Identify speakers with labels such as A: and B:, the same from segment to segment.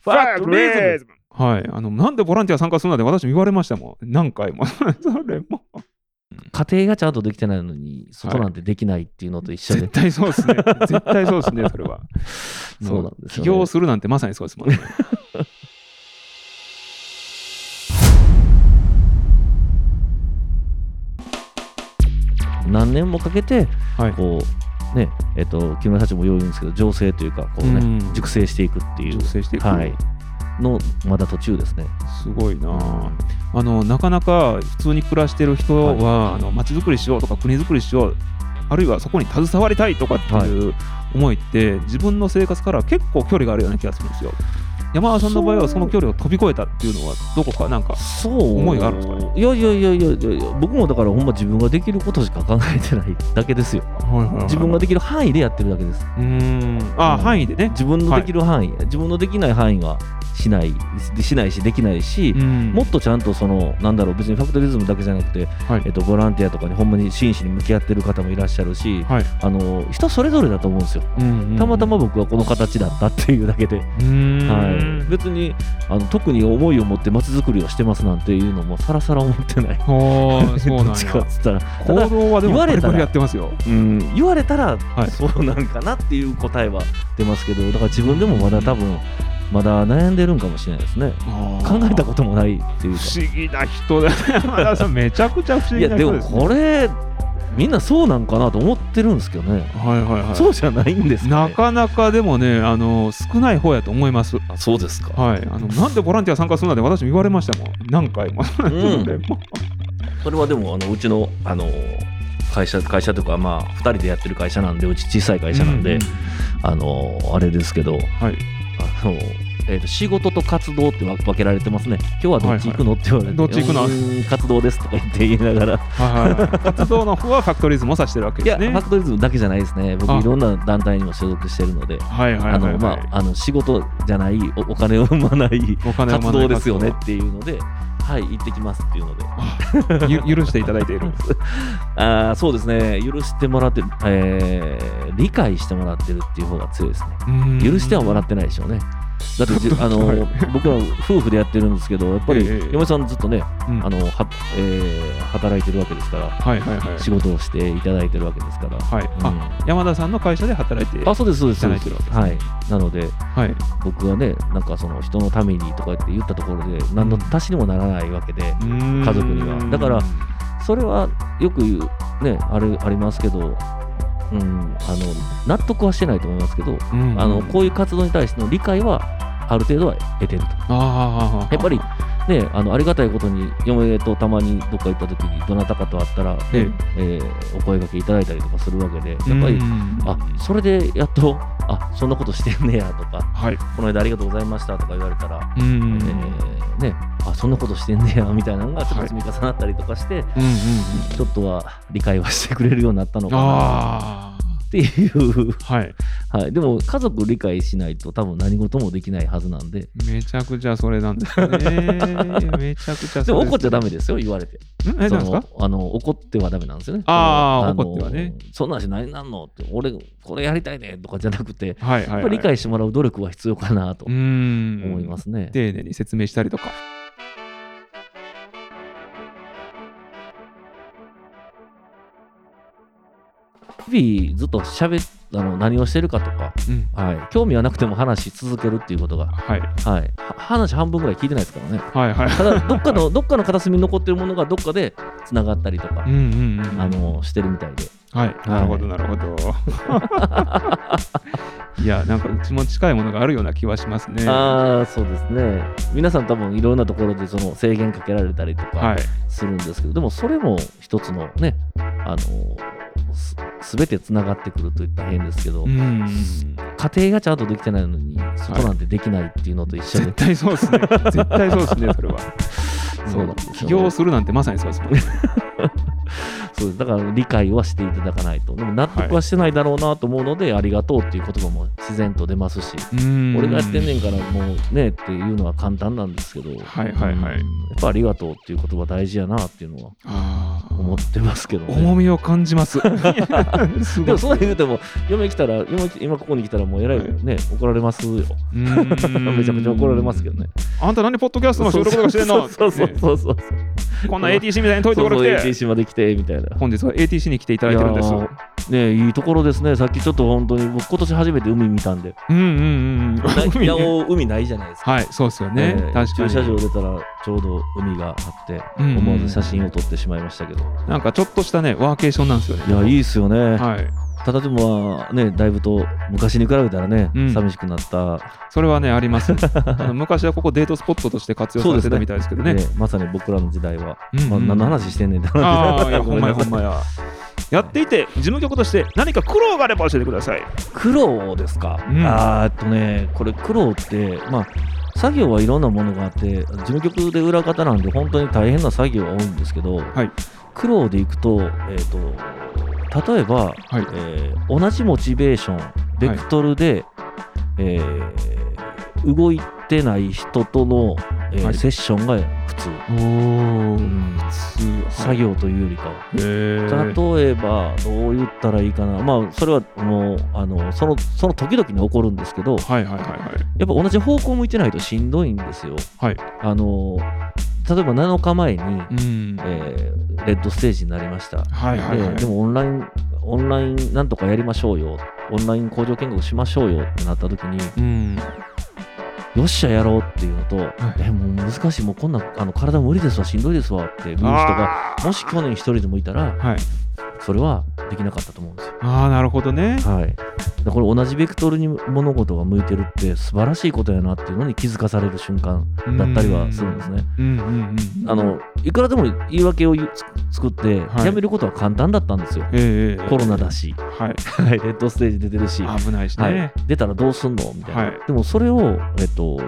A: ファクトリズム
B: はい。あの、なんでボランティア参加するなんて私も言われましたもん。何回も。 それも。
A: 家庭がちゃんとできてないのに、外なんてできないっていうのと一緒で、
B: 絶対そうで すね。絶対そうですね、それは。
A: そうなんです
B: 起
A: よ、ね。
B: 業するなんてまさにそうですもんね。
A: 何年もかけて、
B: はい。
A: こう、ね、えっと、木村たちも用意ですけど、醸成というか、こうね、
B: うん
A: 熟成していくっていう
B: 熟。成していく。
A: はい。の、まだ途中ですね。
B: すごいなああのなかなか普通に暮らしてる人は、あの町づくりしようとか国づくりしようあるいはそこに携わりたいとかっていう思いって、自分の生活から結構距離があるような気がするんですよ山田さんの場合は
A: そう
B: その距離を飛び越えたっていうのはどこかなんか
A: そう
B: 思いがあるんですかね
A: いやいやいやいやいやいや僕もだからほんま自分ができることしか考えてないだけですよ自分ができる範囲でやってるだけです
B: うーんあ、
A: うん
B: 範囲でね
A: 自分のできる範囲、自分のできない範囲はしないでしないしできないし、も
B: も
A: っとちゃんとそのなんだろう別にファクトリズムだけじゃなくて、
B: はい
A: えっと、ボランティアとかにほんまに真摯に向き合ってる方もいらっしゃるし、
B: はい
A: あの人それぞれだと思うんですよたまたま僕はこの形だったっていうだけで、はい、別にあの特に思いを持って街づくりをしてますなんていうのもさらさら思ってない
B: おーそうな ん
A: どっちかっ
B: や
A: つったらた
B: 行
A: だ、
B: 動はで
A: 言
B: も
A: わ
B: バ
A: れ
B: リ
A: たら
B: バリやってますよ
A: うん、言われたら、
B: い
A: そうなんかなっていう答えは出ますけどだから自分でもまだ多分まだ悩んでるんかもしれないですね考えたこともないっていう
B: 不
A: か
B: 思議な人だね山田さんめちゃくちゃ不思
A: い
B: 議
A: や
B: な
A: で
B: 人
A: も
B: です、ね、
A: これみんなそうなんかなと思ってるんですけどね、
B: はいはいはい
A: そうじゃないんですか、
B: な
A: ね、
B: かなかでもねあの少ない方やと思います
A: あそうですか
B: はいあのなんでボランティア参加するなんて私も言われましたもん何回も、
A: ん
B: でも
A: それはでもあのうちのあの会社会社とかまあ2人でやってる会社なんでうち小さい会社なんで、
B: う
A: あのあれですけど
B: はい
A: あの、えーと仕事と活動って分分けられてますね今日はどっち行くのって言われて、
B: どっち行くの
A: うーん活動ですとか言って言いながら
B: はいはい はい活動の方はファクトリズムを指してるわけ
A: い
B: で
A: や、
B: すね
A: ファクトリズムだけじゃないですね僕
B: あ
A: いろんな団体にも所属してるので、
B: はいはいはい、はい、
A: あのまああの仕事じゃないおお金を生まない
B: お金を学
A: 活動
B: ん
A: ですよねっていうので、はい、行ってきますっていうので、
B: 活動ゆ許していただいているんです
A: あーそうですね、許してもらってる、えー理解してもらってるっていう方が強いですね。
B: うん
A: 許してはもらってないでしょうね。だ ってじあの
B: はい
A: 僕ら夫婦でやってるんですけど、やっぱり
B: ええ
A: 嫁さんずっとね、
B: うん
A: あのはえー働いてるわけですから、
B: はいはいはい
A: 仕事をしていただいてるわけですから。
B: はい、あ
A: あ
B: 山田さんの会社で働いて
A: あそうですそうですそうで
B: いた
A: す
B: だいてる
A: はいなので
B: はい
A: 僕はねなんかその人のためにとかって言ったところで何の足しにもならないわけで、
B: 家
A: 家族にはだからそれはよく言うねあれありますけど、うん、あの納得はしてないと思いますけど、あのこういう活動に対しての理解はある程度は得てると
B: ああ
A: やっぱりねあのありがたいことに嫁とたまにどっか行った時にどなたかと会ったら、ね
B: え
A: えーお声掛けいただいたりとかするわけでやっぱり、あそれでやっとあそんなことしてんねやとか
B: はい
A: この間ありがとうございましたとか言われたら、
B: うんうんうん
A: えーねあそんなことしてんねやみたいなのがちょっと積み重なったりとかして、
B: うんうん
A: ちょっとは理解はしてくれるようになったのかなっ
B: あ
A: ていう、
B: あはい
A: はい、でも家族理解しないと多分何事もできないはずなんで
B: めちゃくちゃそれなん ですねめちゃくちゃそれす
A: でも怒っちゃダメですよ言われて
B: んえ
A: そ
B: なんですか
A: のあの怒ってはダメなんですよね
B: あー
A: その
B: 怒ってはね
A: そんなんし何なんのって俺これやりたいねとかじゃなくて
B: はいはい、
A: やっ
B: は
A: ぱ
B: い、
A: り理解してもらう努力は必要かなと
B: うん
A: 思いますね、
B: 丁寧に説明したりとか
A: 日々ずっと喋っあの何をしてるかとか、
B: うん
A: はい、興味はなくても話し続けるっていうことが、
B: はい
A: はい、は話半分ぐらい聞いてないですからね
B: はいはい
A: ただどっかの どっかの片隅に残ってるものがどっかでつながったりとか
B: うん、うんうん
A: あのしてるみたいで
B: はい、なるほどなるほど いやなんかうちも近いものがあるような気はしますね
A: ああそうですね皆さん多分いろんなところでその制限かけられたりと
B: は
A: か
B: い
A: するんですけど、でもそれも一つのねあのす全てつながってくるといったら変ですけど、
B: うん
A: 家庭がちゃんとできてないのに外なんてできないっていうのと一緒で、
B: 絶対そうです ね絶対そうですねそれは
A: そうなんですよね
B: 起業するなんてまさにそうですもんね
A: そうですだから理解はしていただかないとでも納得はしてないだろうなと思うので、ありがとうっていう言葉も自然と出ますし
B: うん
A: 俺がやってんねんからもうねっていうのは簡単なんですけど、
B: はいはいはい
A: うんやっぱありがとうっていう言葉大事やなっていうのは
B: あー
A: 思ってますけど
B: 重
A: ね。
B: みを感じます
A: で
B: すごい
A: もそんな言うても嫁来たら嫁来今ここに来たらもうえらいね、怒られますよ
B: うーん
A: めちゃくちゃ怒られますけどね
B: あんた何ポッドキャストの収録とかしてんの
A: そうそうそうそうそうそう
B: ねこんな ATC みたいに
A: そ
B: 遠
A: う
B: いところ
A: そう
B: 来て
A: ATC まで来てみたいな
B: 本日は ATC に来ていただいてるんです
A: いやーねいいところですねさっきちょっと本当に僕今年初めて海見たんで
B: うんうん うん
A: な
B: 海
A: いや
B: ね
A: お海ないじゃないですか
B: はいそうですよね、
A: えー
B: 確か
A: 駐
B: に
A: 車場出たらちょうど海があって
B: うんうん
A: 思わず写真を撮ってしまいましたけど、
B: なんかちょっとしたねワーケーションなんですよね
A: いやいいですよね、
B: はい
A: ただでもまあねだいぶと昔に比べたらね、
B: うん
A: 寂しくなった、
B: それはねありますあの昔はここデートスポットとして活用されてたみたいですけどね
A: ねまさに僕らの時代は、
B: うん
A: ま
B: う
A: あ、
B: ん
A: 何の話してんねんって
B: ああい
A: 話
B: やほんまやほんまややっていて事務局として何か苦労があれば教えてください
A: 苦労ですか、
B: うん
A: あーっとねこれ苦労ってまあ作業はいろんなものがあって事務局で裏方なんで本当に大変な作業は多いんですけど、
B: い
A: 苦労でいくと,、えー、と例えば、
B: はい
A: えー同じモチベーションベクトルで、えー動いてない人との、えー
B: はい
A: セッションが普通、
B: おー
A: 作業というよりかは。
B: へー
A: 例えばどう言ったらいいかな、まあ、それはもうあのそのその時々に起こるんですけどやっ
B: はいはいはいはい
A: ぱ同じ方向向いてないとしんどいんですよ。
B: はい
A: あの例えば7日前に、
B: うん
A: えーレッドステージになりました。
B: はいはいはい
A: ででもオンラインオンラインなんとかやりましょうよオンライン工場見学しましょうよってなった時に
B: うん
A: よっしゃやろうっていうのと、えもう難しいもうこんなあの体無理ですわしんどいですわっていう人が
B: あー
A: もし去年一人でもいたら
B: はい
A: それはできなかったと思うんですよ。
B: ああなるほどね
A: はい、だからこれ同じベクトルに物事が向いてるって素晴らしいことやなっていうのに気づかされる瞬間だったりはするんですね。
B: うんうんうん
A: あのいくらでも言い訳を言うつ作って
B: はい
A: やめることは簡単だったんですよ。
B: ええ
A: コロナだし、
B: はい
A: はい、レッドステージ出てるし、は
B: 危ないし
A: い
B: ね
A: 出たらどうすんのみたいな、
B: はい
A: でもそれを、えっと、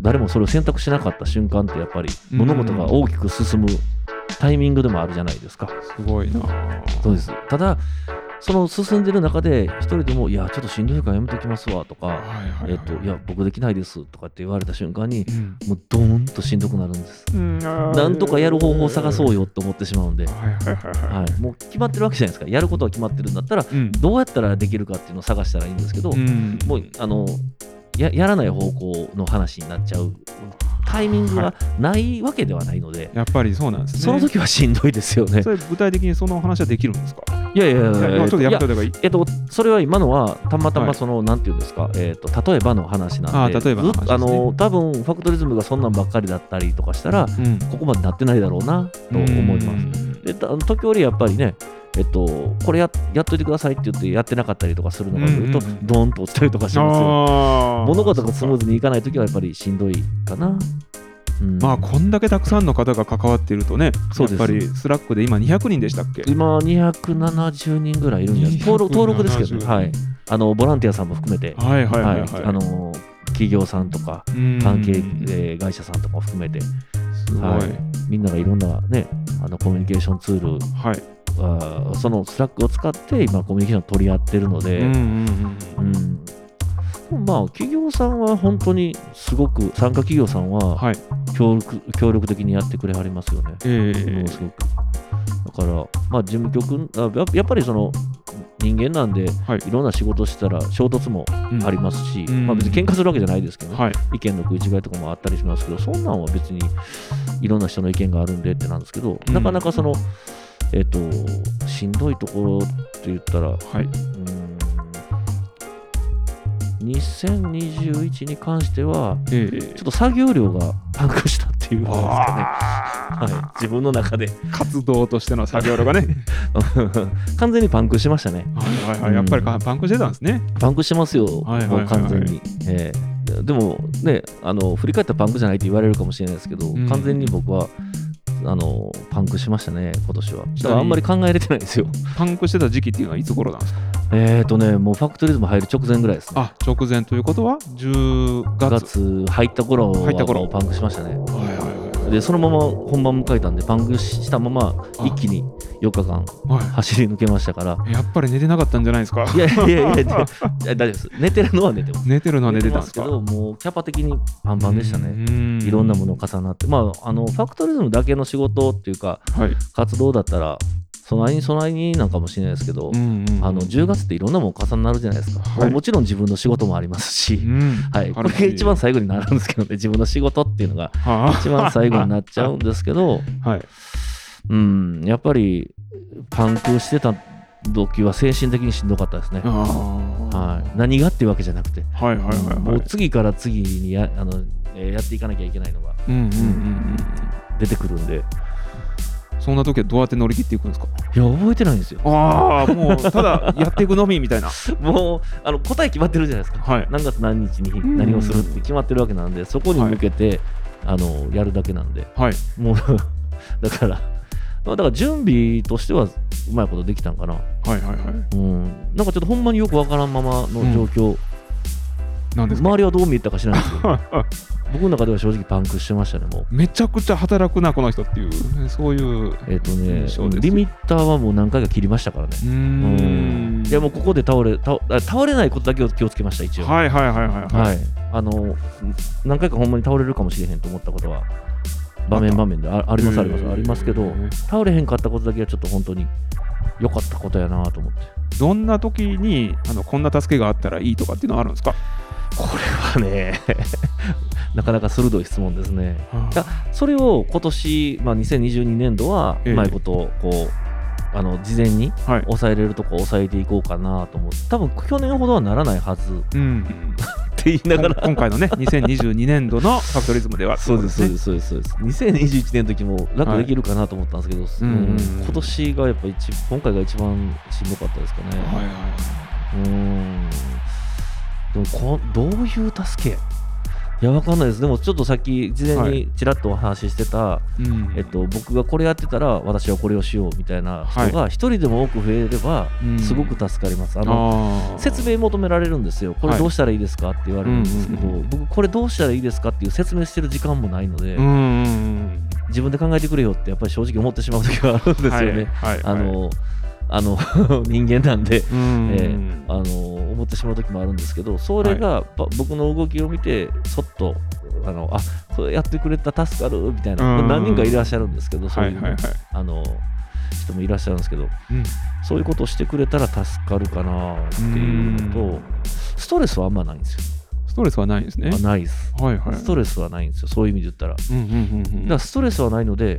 A: 誰もそれを選択しなかった瞬間ってやっぱり
B: うん
A: 物事が大きく進むタイミングでもあるじゃないですか。
B: すごいな
A: そうですただその進んでる中で一人でも「いやちょっとしんどいからやめてきますわ」とか
B: はい
A: 「
B: はいはい
A: えっといや僕できないです」とかって言われた瞬間に
B: うん
A: もうドーンとしんどくなるんです。なんとかやる方法を探そうよって思ってしまうんで、
B: はいはいはいは
A: はい、もう決まってるわけじゃないですかやることは決まってるんだったら
B: いうん
A: どうやったらできるかっていうのを探したらいいんですけど、
B: うん
A: もうあのややらない方向の話になっちゃうタイミングがないわけではないので、
B: やっぱりそうなんですね
A: その時はしんどいですよね。
B: それ具体的にその話はできるんですか
A: いやいやいやい
B: いや
A: や
B: でもちょっとや
A: い
B: め
A: や
B: といた方がいい
A: えっと、それは今のはたまた
B: は
A: ま
B: い
A: その、なんていうんですか、えっと例えばの話なんで
B: あー例えばの話
A: ずっと
B: ですね
A: あの多分ファクトリズムがそんなんばっかりだったりとかしたら
B: うん
A: ここまでなってないだろうなと思います。
B: す
A: でた時折やっぱりねえっと、これややっといてくださいって言ってやってなかったりとかするのが来ると、
B: うんうんうん
A: ドーンと落ちたりとかしますよ
B: あー
A: 物事がスムーズにいかない時はやっぱりしんどいかな、うん
B: まあこんだけたくさんの方が関わっているとね
A: そう
B: や
A: で
B: っ
A: す
B: ぱりスラックで今200人でしたっけ
A: 今270人ぐらいいるんじゃない登録登録ですけどね、
B: 270
A: はい、あのボランティアさんも含めて
B: はいはいは
A: はいい
B: はい
A: あの企業さんとか
B: うん
A: 関係、えー会社さんとかも含めて
B: すごい
A: はいみんながいろんな、ね、あのコミュニケーションツール
B: はい
A: あーそのスラックを使って今コミュニケーションを取り合ってるので、
B: うんう
A: うん
B: うん
A: んまあ、企業さんは本当にすごく参加企業さんは
B: はい
A: 協力,、協力的にやってくれはりますよね。
B: え
A: も
B: え
A: のすごくだから、まあ、事務局あややっぱりその人間なんで、
B: はい
A: い、ろんな仕事したら衝突も
B: うん
A: ありますし、
B: うん
A: まあ、別に喧嘩するわけじゃないですけどね、
B: はい
A: 意見の食い違いとかもあったりしますけど、そんなんは別にいろんな人の意見があるんでってなんですけど、
B: うん
A: なかなかその、えっ、と、しんどいところって言ったら、う
B: はい
A: ーん、2021に関しては、
B: ええ
A: ちょっと作業量が パンクしたっていうことですか
B: あ
A: ね、はい、自分の中で、
B: ー活動としての作業量がね
A: 完全にパンクしましたね。
B: はいはいはいやっぱりかパンクしてたんですね
A: パンクしてますよ、
B: はいはいはいはい
A: もう完全に。ええでもねあの、振り返ったらパンクじゃないって言われるかもしれないですけど、
B: うん
A: 完全に僕はあのパンクしましたね、今年は。だからあんまり考えれてない ですよ。
B: パンクしてた時期っていうのはいつ頃なんですか
A: えっとね、もうファクトリズム入る直前ぐらいですね。
B: あ直前ということは10月
A: 月入った頃は
B: 入った頃
A: もうパンクしましたね。
B: はいはいはいはい
A: でそのまま本番迎えたんでパンクしたまま一気に4日間
B: は
A: 走り抜けましたから。
B: い、やっぱり寝てなかったんじゃないですか
A: いやいやいやいや、でいや大丈夫です。寝てるのは寝てます。
B: 寝てるのは寝てたん
A: ま
B: ですす
A: け
B: か
A: ど、もうキャパ的にパンパンでしたね。
B: ね
A: いろんなもの重なって、まあ、あのファクトリズムだけの仕事っていうか、
B: はい、
A: 活動だったら、備えに備えになんかもしれないですけど、
B: んうん
A: あの10月っていろんなもの重なるじゃないですか、
B: はい
A: もちろん自分の仕事もありますし、
B: うん
A: はい、
B: あ
A: こ
B: る
A: れ
B: し
A: が一番最後になるんですけどね、自分の仕事っていうのが
B: はあ
A: 一番最後になっちゃうんですけ ど、
B: はい
A: うん、やっぱりパンクしてた時は精神的にしんどかったですね。
B: ああ
A: はい、何がっていうわけじゃなくて、
B: はいはいはい
A: も
B: は
A: う
B: い
A: 次から次にやあの、えーやっていかなきゃいけないのが
B: うんうんうんうん
A: 出てくるんで、いや、
B: そんな時はどうやって乗り切っていくんですか
A: 覚えてないんですよ。
B: ああもうただやっていくのみみたいな
A: もうあの答え決まってるじゃないですか。
B: はい
A: 何月何日に
B: ん
A: 何をするって決まってるわけなんで、そこに向けて、あのやるだけなんで、
B: はい
A: もう だから、まあだから準備としてはうまいことできたんかな。
B: はいはいは
A: う
B: い
A: ん、なんかちょっとほんまによくわからんままの状況、
B: なんですか、
A: 周りはどう見えたか知らないですけど、
B: はいはい
A: 僕の中では正直パンクしてましたね、もう。
B: めちゃくちゃ働くなこの人っていうそういう
A: えっ、とね
B: 印象です、
A: リミッターはもう何回か切りましたからね
B: う。ーん
A: いやもうここで倒れ倒あ倒れないことだけを気をつけました、一応。はい
B: はいはいはいはい
A: あの何回かほんまに倒れるかもしれへんと思ったことは場面場面であありますあります、
B: へー
A: ありますけど倒れへんかったことだけはちょっと本当に良かったことやなと思って
B: どんな時にあのこんな助けがあったらいいとかっていうのはあるんですか
A: これはね なかなか鋭い質問ですねやそれを今年、まあ、2022年度は
B: ええ
A: うまいことをこう、あの事前に
B: はい
A: 抑えれるとこ抑えていこうかなと思って多分去年ほどはならないはずっ
B: うん、
A: て言いながら
B: 今回のね2022年度のファクトリズムでは
A: そうです、そう
B: す
A: です、そうです、そうです。2021年の時も楽できるかなと思ったんですけど、
B: うんうんうん
A: 今年がやっぱ一、今回が一番しんどかったですかね。
B: はいは
A: うーん。でもこ、どういう助けいや、わかんないです。でも、ちょっとさっき、事
B: は
A: 前
B: い
A: にちらっとお話ししてた、
B: い、うん
A: えっと、僕がこれやってたら、私はこれをしようみたいな人が、一人でも多く増えれば
B: う、ん
A: すごく助かります。あの、
B: あー
A: 説明求められるんですよ、これどうしたらいいですかって言われるんですけど、
B: うんうんうん
A: 僕、これどうしたらいいですかっていう説明してる時間もないので、
B: うんうんうん
A: 自分で考えてくれよって、やっぱり正直思ってしまう時があるんですよね。
B: はいはい、
A: あのあの 人間なんで、
B: うん、
A: えーあの思ってしまう時もあるんですけど、それが、ば僕の動きを見て、そっと、あのあこれやってくれた、助かるみたいな、
B: うん
A: 何人かいらっしゃるんですけど、そう、
B: はいいうはいはい、
A: あの人もいらっしゃるんですけど、
B: うん
A: そういうことをしてくれたら助かるかなっていうのと、
B: うん
A: ストレスはあんまないんですよ。
B: ストレスはないんですね
A: あないです。
B: はいはい
A: ストレスはないんですよ、そういう意味で言ったら。だか
B: うんうんうんうん
A: らストレスはないので、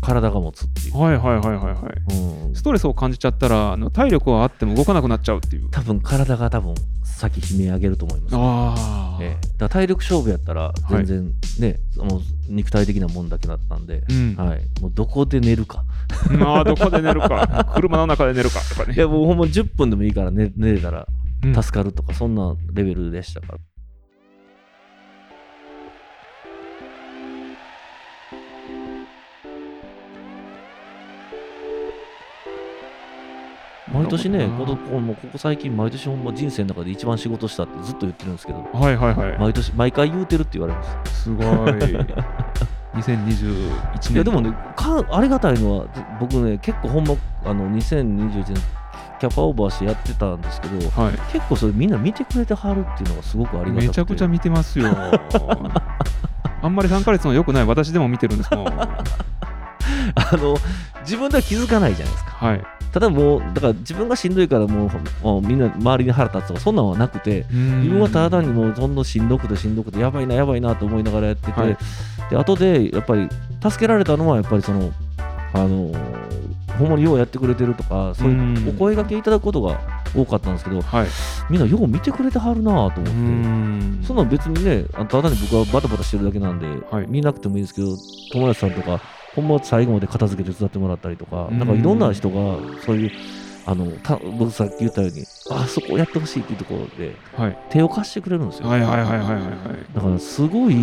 A: 体が持つっていう。
B: はいはいはいはいはい
A: うん
B: ストレスを感じちゃったらあの体力はあっても動かなくなっちゃうっていう
A: 多分体が多分先悲鳴上げると思います。
B: ああ、
A: ええ、だから体力勝負やったら全然ね、もう肉体的なもんだけだったんで、
B: うん
A: はい、もうどこで寝るか
B: ああどこで寝るか車の中で寝るかとか
A: い
B: ね、
A: やもうほんま10分でもいいから寝寝れたら
B: うん
A: 助かるとか、そんなレベルでしたから。毎年ね、このこのここ最近、毎年ほんま人生の中で一番仕事したってずっと言ってるんですけど、
B: はいはいはい、
A: 毎年、毎回言うてるって言われます。
B: す ごい2021年
A: いや、でもね、かありがたいのは、僕ね、結構ほんま、あの2021年、キャパオーバーしてやってたんですけど、
B: はい
A: 結構それみんな見てくれてはるっていうのがすごくありがたくて
B: めちゃくちゃ見てます よ。あんまり3ヶ月の良くない私でも見てるんですもん。は
A: あの自分では気づかないじゃないですか
B: い。
A: ただもうだから自分がしんどいからもうもうみんな周りに腹立つとかそんなんはなくて自
B: 自
A: 分はただ単にもうどんどんしんどくてしんどくてやばいなやばいなと思いながらやってて、
B: はい
A: で後でやっぱり助けられたのはやっぱりそのあのほんまにようやってくれてるとかそういうお声掛けいただくことが多かったんですけど
B: はい。
A: みんなよう見てくれてはるなと思って。
B: ん
A: そんなん別にね、あのただ単に僕はバタバタしてるだけなんで、
B: はい
A: 見なくてもいいですけど、友達さんとか、ほんま最後まで片付け手伝ってもらったりとか、
B: うん
A: なんかいろんな人が、そういう、あのた僕さっき言ったように、あそこをやってほしいっていうところで、
B: はい
A: 手を貸してくれるんですよ。
B: はいはいはいはいはいはい。
A: だから、すごい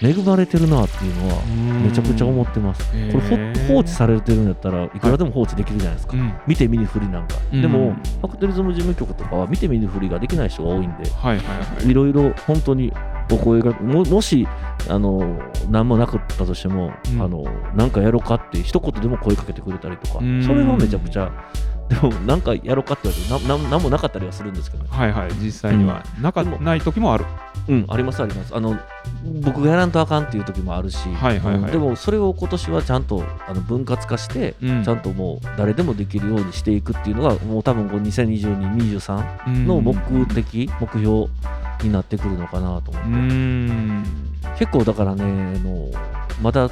A: 恵まれてるなっていうのは、めちゃくちゃ思
B: っ
A: ってます。
B: て
A: これほ放置されてるんだったらいくらでも放置できるじゃないですか、
B: うん。
A: 見て見ぬふりなんか、で
B: うん
A: もファクトリズム事務局とかは見て見ぬふりができない人が多いんで、
B: はいはいはい
A: ろいろ本当にお声がももしあの何もなかったとしても、
B: うん
A: あのなんかやろうかって一言でも声かけてくれたりとか、
B: うん
A: それはめちゃくちゃでもなんかやろうかって言われてなな何もなかったりはするんですけど、
B: はいはい実際には、なか
A: でも
B: ない時もある
A: うん、ありますありますあの僕がやらんとあかんっていう時もあるし、
B: はいはいはい
A: うんでもそれを今年はちゃんとあの分割化して、
B: うん
A: ちゃんともう誰でもできるようにしていくっていうのがもう多分こう202223の目的、目標になってくるのかなと思っ
B: う
A: て、
B: ん
A: 結構だからねあのまだ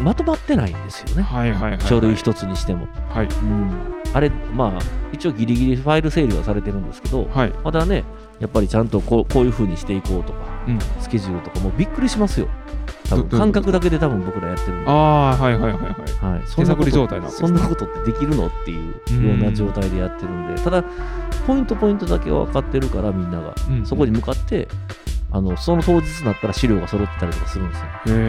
A: まとまってないんですよね、
B: はいはいはいはい
A: 書類一つにしても、
B: はい
A: うんあれまあ一応ギリギリファイル整理はされてるんですけど
B: はい
A: まだねやっぱりちゃんとこうこういう風にしていこうとか、
B: うん
A: スケジュールとかもうびっくりしますよ多分
B: どどういうこと
A: 感覚だけで多分僕らやってるんで
B: ああはいはいはいはい
A: はい、そ
B: 手
A: んな
B: 探
A: こと
B: り状態なわけで
A: そ
B: す
A: ん
B: ね
A: なことってできるのっていう
B: うん
A: ような状態でやってるんでただポイントポイントだけは分かってるからみんなが
B: うん
A: そこに向かってあのその当日になったら資料が揃ってたりとかするんですよ
B: へ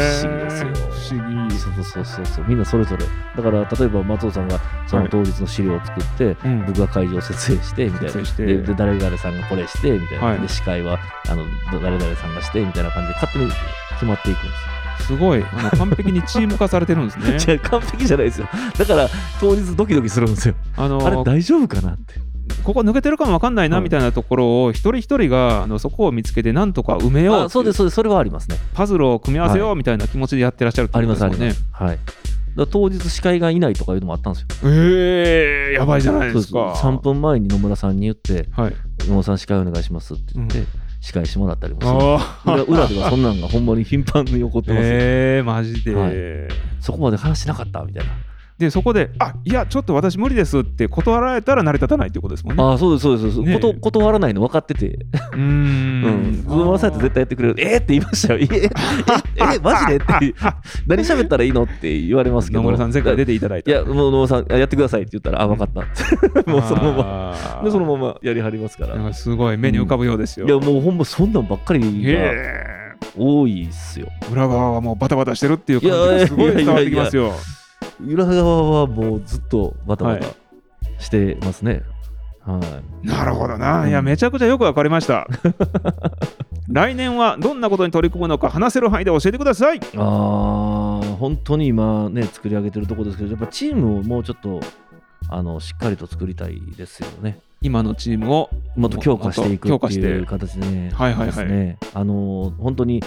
B: え
A: 不思議ですよ
B: 不思議
A: そうそうそうそうみんなそれぞれだから例えば松尾さんがその当日の資料を作って、
B: うん
A: 僕が会場を設営してみたいな
B: 設営して
A: でで誰々さんがこれしてみたいな、
B: はい
A: で司会はあの誰々さんがしてみたいな感じで勝手に決まっていくんですよ
B: すごいあの完璧にチーム化されてるんですね
A: 違う完璧 じゃないですよだから当日ドキドキするんですよ
B: あの
A: あれ大丈夫かなって
B: ここ抜けてるかもわかんないな
A: はい
B: みたいなところを一人一人があのそこを見つけてなんとか埋めようってい
A: あそうですそうですそれはありますね
B: パズルを組み合わせようみたいな気持ちでやってらっしゃるって
A: あ
B: こ
A: り
B: と
A: ま
B: です
A: すあ
B: よ
A: り
B: ね
A: ます、はいだから当日司会がいないとかいうのもあったんですよ。
B: ええやばいじゃないです
A: そう
B: か
A: です3分前に野村さんに言って
B: はい
A: 「野村さん司会お願いします」って言って、
B: う
A: 司会してもらったりもするんですよ
B: あ
A: 裏裏ではそんなんがほんまに頻繁に起こってます、
B: ええマジで、
A: はいそこまで話してなかったみたいな、
B: でそこで「あいやちょっと私無理です」って断られたら成り立たないっていうことですもんね
A: ああそうですそうですそうです、
B: ねえ
A: こと断らないの分かってて
B: うー
A: うんん野村さんやって絶対やってくれるえー、って言いましたよえー、ええマジでって何喋ったらいいのって言われますけど
B: 野村さん前回出ていただい
A: い
B: た
A: やもう野村さんあやってくださいって言ったらあ分かったってもうそのまま
B: ま
A: でそのままやりはりますから
B: すごい目に浮かぶようですよ、
A: いやもうほんまそんなんばっかりが
B: へ
A: 多いっすよ
B: え裏側はもうバタバタしてるっていう感じがすごい伝わってきますよ
A: 裏側はもうずっとバタバタ
B: は
A: してますねはい
B: なるほどな。いや、
A: うん
B: めちゃくちゃよくわかりました。 来年はどんなことに取り組むのか話せる範囲で教えてください。
A: あー本当に今ね作り上げてるところですけどやっぱチームをもうちょっとあのしっかりと作りたいですよね
B: 今のチームを、
A: もっと強化していく
B: もっ
A: っ
B: と強化
A: て
B: して
A: いう形でね
B: はいはいはい
A: ですねあの本当に、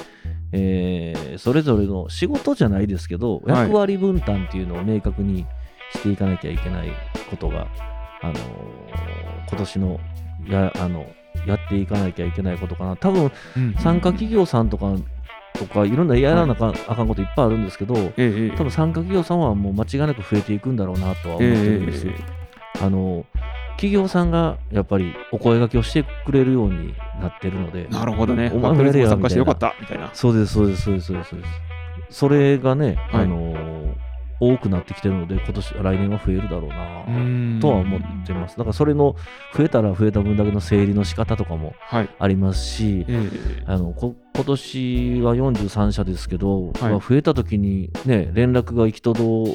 A: えーそれぞれの仕事じゃないですけど
B: はい
A: 役割分担っていうのを明確にしていかなきゃいけないことが、あの今年のやあのやっていかなきゃいけないことかな多分参加企業さんとかとかいろんなやらなかあかんこといっぱいあるんですけど、
B: ええええ
A: 多分参加企業さんはもう間違いなく増えていくんだろうなとは思ってるんですよ
B: えええ
A: あの企業さんがやっぱりお声掛けをしてくれるようになってるので
B: なるほどね。
A: お
B: ま
A: 前もや
B: あとりあえ
A: れ
B: ず
A: や
B: 参加してよ
A: みた
B: か
A: いな
B: ったみたいな。
A: そうですそうですそうですそうですそうですそれがね、
B: はい
A: あの多くなってきてるので今年来年は増えるだろうなとは思って
B: す。
A: ますだからそれの増えたら増えた分だけの整理の仕方とかも
B: はい。
A: ありますし
B: えええ
A: あのこ今年は43社ですけど、
B: はい
A: まあ増えた時に、ね、連絡が行き届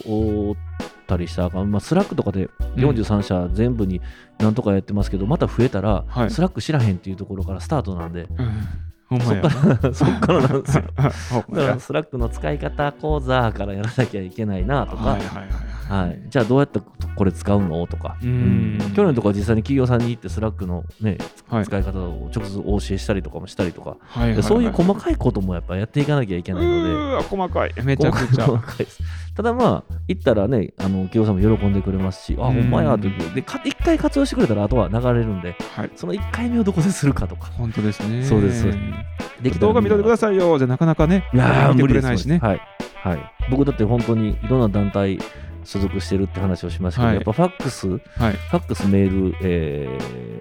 A: ったりしたらあかん、まあ、スラックとかで
B: え
A: 43社全部になんとかやってますけど、また増えたら、
B: はい
A: スラック知らへんっていうところからスタートなん で、
B: うんほんま
A: そっ
B: や
A: か。らそっからなんですよ。
B: ほん ま
A: だか
B: や
A: らスラックの使い方講座からやらなきゃいけないなとか、は
B: はいいはいはいはい。
A: じゃあどうやってこれ使うのとか、
B: う
A: うんん去年とかは実際に企業さんに行ってスラックの、ね、
B: はい
A: 使い方を直接お教えしたりとかもしたりとか、
B: はいはいは
A: で
B: い
A: そういう細かいこともやっぱやっていかなきゃいけ
B: う
A: ないので。
B: ーわ細かい。めちゃくちゃ。
A: 細かいですただまあ行ったらねあの企業さんも喜んでくれますしあ
B: う
A: ほ
B: ん
A: んまやと言ってでか一回活用してくれたらあとは流れるんで
B: はい。
A: その一回目をどこでするかとか
B: 本当ですね。
A: そうですそうでで
B: 動画見といてくださいよじゃなかなかね、
A: いやー
B: 見て
A: 無
B: く
A: 理
B: れ
A: です
B: ないしね。
A: はい、はい、僕だって本当にいろんな団体所属してるって話をしましたけど、
B: はい
A: やっぱファックスフ
B: はい。
A: ァックスメール、え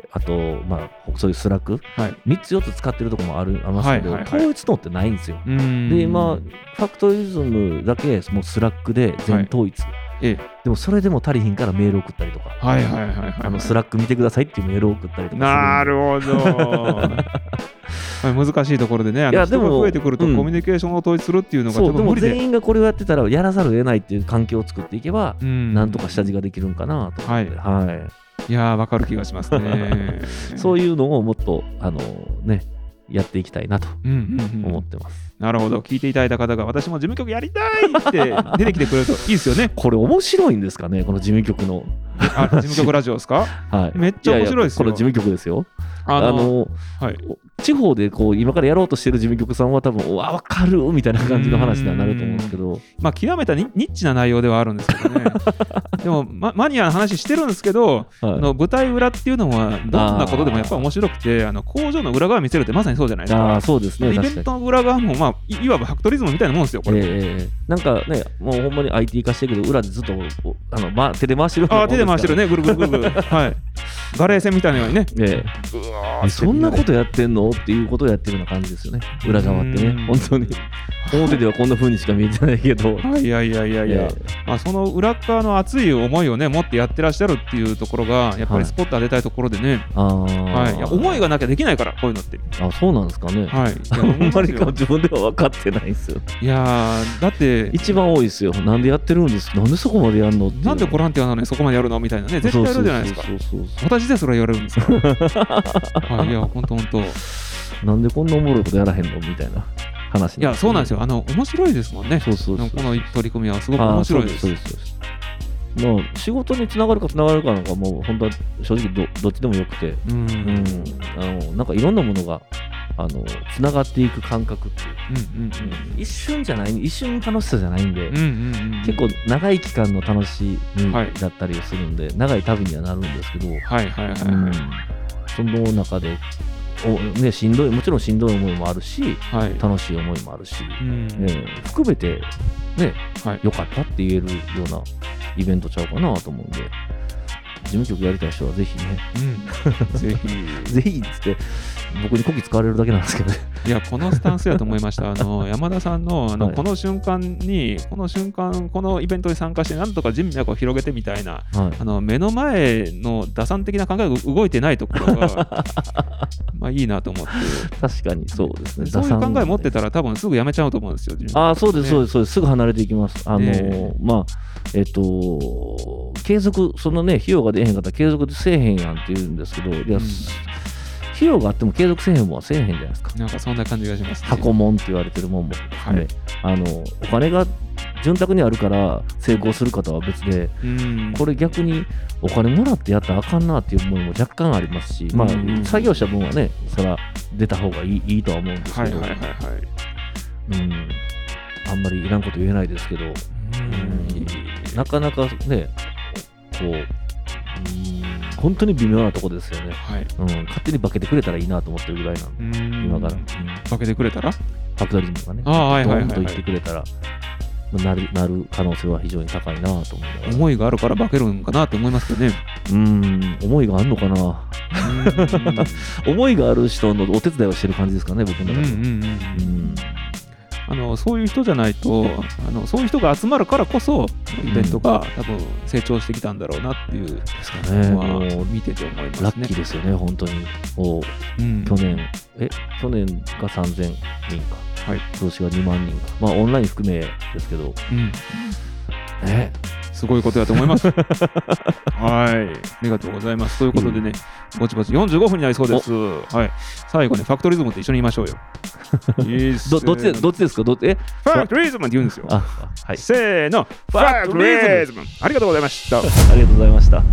A: ー、あとまあそういうスラック
B: はい。
A: 3つ4つ使ってるとこもあるありますけど、
B: はいはいはい
A: 統一のってないんですよ
B: うーん
A: で今ファクトリズムだけもうスラックで全統一、
B: ええ
A: でもそれでも足りひんからメール送ったりとか、
B: はいはいはいはい。
A: あのスラック見てくださいっていうメールを送ったりとかするんで
B: なるほど。 はい難しいところでね、あの
A: いや
B: 人
A: でも
B: が増えてくると
A: うん
B: コミュニケーションを統一するっていうのがち
A: そ
B: ょ
A: う
B: っ
A: で
B: と
A: も
B: 無理で。
A: 全員がこれをやってたらやらざるを得ないっていう環境を作っていけば、
B: な
A: なんとか下地ができるんかなと思
B: は
A: っ
B: い
A: て、はい
B: いやーわかる気がしますね
A: 。そう
B: い
A: いうのをもっとあのねやっていきたいなと
B: うんうんうん
A: 思ってます。
B: なるほど聞いていただいた方が私も事務局やりたいって出てきてくれるといいですよね
A: これ面白いんですかねこの事務局の。
B: あ事務局ラジオですか
A: はい。
B: めっちゃ面白いです
A: ややこ
B: よ
A: れ事務局ですよ。
B: あ
A: あ
B: の
A: の
B: はい
A: 地方でこう今からやろうとしてる事務局さんは多分うわ分かるみたいな感じの話にはなると思うんですけど
B: まあ極めたニニッチな内容ではあるんですけ どねでも、ま、マニアの話してるんですけどあ
A: はい
B: の舞台裏っていうのはどんなことでもやっぱ面白くてあの工場の裏側見せるってまさにそうじゃないです
A: ああ
B: か。
A: そうです
B: で
A: ね
B: イベ
A: 確
B: ン
A: かに。
B: トの裏側も、まあ、いいわばファクトリズムみたいなもんですよ、こ
A: ええ
B: れ。
A: ええええなんかね、もうほんまに IT 化してるけど、裏でずっとおあの、ま、手で回してるよう
B: あ
A: な
B: あ、手で回してる
A: ね。
B: ね、ぐるぐるぐるぐる。はい。ガレー線みたいなようにね。
A: え
B: うわ
A: え
B: ー
A: そんなことやってんのっていうことをやってるような感じですよね、裏側って
B: うん
A: ね、本当に。 表ではこんな風にしか見えてないけど、
B: はい、いやいやいやいや、
A: ええ
B: まあ、その裏側の熱い思いをね、持ってやってらっしゃるっていうところが、やっぱ
A: は
B: り
A: い
B: スポット当てたいところでね、
A: ああ、
B: はい、いや思いがなきゃできないから、こういうのって。
A: あそうなんですかね。
B: はい、いや
A: あんまりか
B: 思いす
A: 自分では分かってないですよ。
B: よいやーだって、
A: 一番多いですよ。なんでやってるんですなんでそこまでやるのっていう
B: なんでボランティアなのにそこまでやるのみたいなね、絶対やるじゃないですか。
A: そうそうそうそう
B: 私でそれ言われるん ですかはい、いや、本当本当。い
A: なんでこんなおもろいことやらへんのみたいな話
B: や、そうなんです
A: よ。
B: よ。あの、面白いですもんね。
A: そうそうそう。
B: この取り組みはすごく面白いです。
A: あーそうですそうですそうですまあ仕事につながるかつながるかなんかもう本当は正直どどっちでもよくて、
B: うんうん
A: うん、あのなんかいろんなものがあのつながっていく感覚っていう
B: うん
A: 一瞬じゃない一瞬の楽しさじゃないんで、
B: うんうんうんうん
A: 結構長い期間の楽しみ
B: はい
A: だったりをするんで、長い旅にはなるんですけど、
B: はいはいはいはい、
A: うんその中でお、ね、しんどいもちろんしんどい思いもあるし
B: はい
A: 楽しい思いもあるし、
B: うん
A: ええ含めて、ね
B: はい
A: 良かったって言えるようなイベントちゃうかなと思うんで事務局やりたい人はぜひね
B: うんぜ ひ
A: ぜひっつって僕にこき使われるだけなんですけどね
B: いやこのスタンスやと思いましたあの 山田さんのあの、
A: はい
B: この瞬間にこの瞬間このイベントに参加してなんとか人脈を広げてみたいな
A: はい
B: あの目の前の打算的な考えが動いてないところ がまあいいなと思って
A: 確かにそうですね
B: そういう考え持って
A: ら
B: たら多分すぐやめちゃうと思うんですよ。自分
A: あーそうです、
B: ね
A: そうです、そうです、すぐ離れていきます。あのー
B: ね
A: まあ、えっと、継続、そのね、費用が出へんかったら継続せえへんやんって言うんですけど、いや、
B: うん
A: 費用があっても継続せえへんもんはせえへんじゃないですか。
B: なんかそんな感じがします、ね。
A: 箱もんって言われてるもんも、
B: はい
A: ねあのお金が潤沢にあるから成功する方は別で、
B: うん
A: これ逆にお金もらってやったらあかんなっていう思いも若干ありますし、まあ
B: うん、
A: 作業した分はね、そら出た方がいいいいとは思うんです
B: は
A: け
B: い
A: ど、
B: はいはいはい。
A: うん、あんまりいらんこと言えないですけど。うんなかなかね、こう、うーん本当に微妙なとこですよね。
B: はい。
A: うん、勝手に化けてくれたらいいなと思ってるぐらいなんで、今から。うん、
B: 分けてくれたら
A: ファクトリズムがね、
B: ああはいはいはいはい
A: ドーンと言ってくれたら、まあなるなる可能性は非常に高いなと思いながら
B: 思いがあるから化けるんかなと思いますけどね。
A: うん、思いがあるのかな。思いがある人のお手伝いをしてる感じですかね、僕
B: う
A: の
B: んうん
A: 中で。
B: うん
A: う
B: うん
A: ん
B: あのそういう人じゃないとあのそういう人が集まるからこそイベントが多分成長してきたんだろうなっていう
A: ですかね、
B: の
A: もう
B: は見てて思いますね。
A: ラッキーですよね、本当に。お
B: うん
A: 去年、え、去年が3000人か。
B: はい
A: 今年が2万人か。まあ、オンライン含めですけど、
B: うん
A: ね、
B: すごいことだと思いま す。はい。ありがとうございます。ということでね、ぼちぼち45分になりそうです。はい。最後ね、ファクトリズムって一緒に言いましょう よ。いいっす
A: どどっちでどっちですかどっちえ
B: ファクトリズムって言うんですよ。
A: あ、はい。
B: せーの、フ
A: ァクトリズム
B: ズムありがとうございました。
A: ありがとうございました。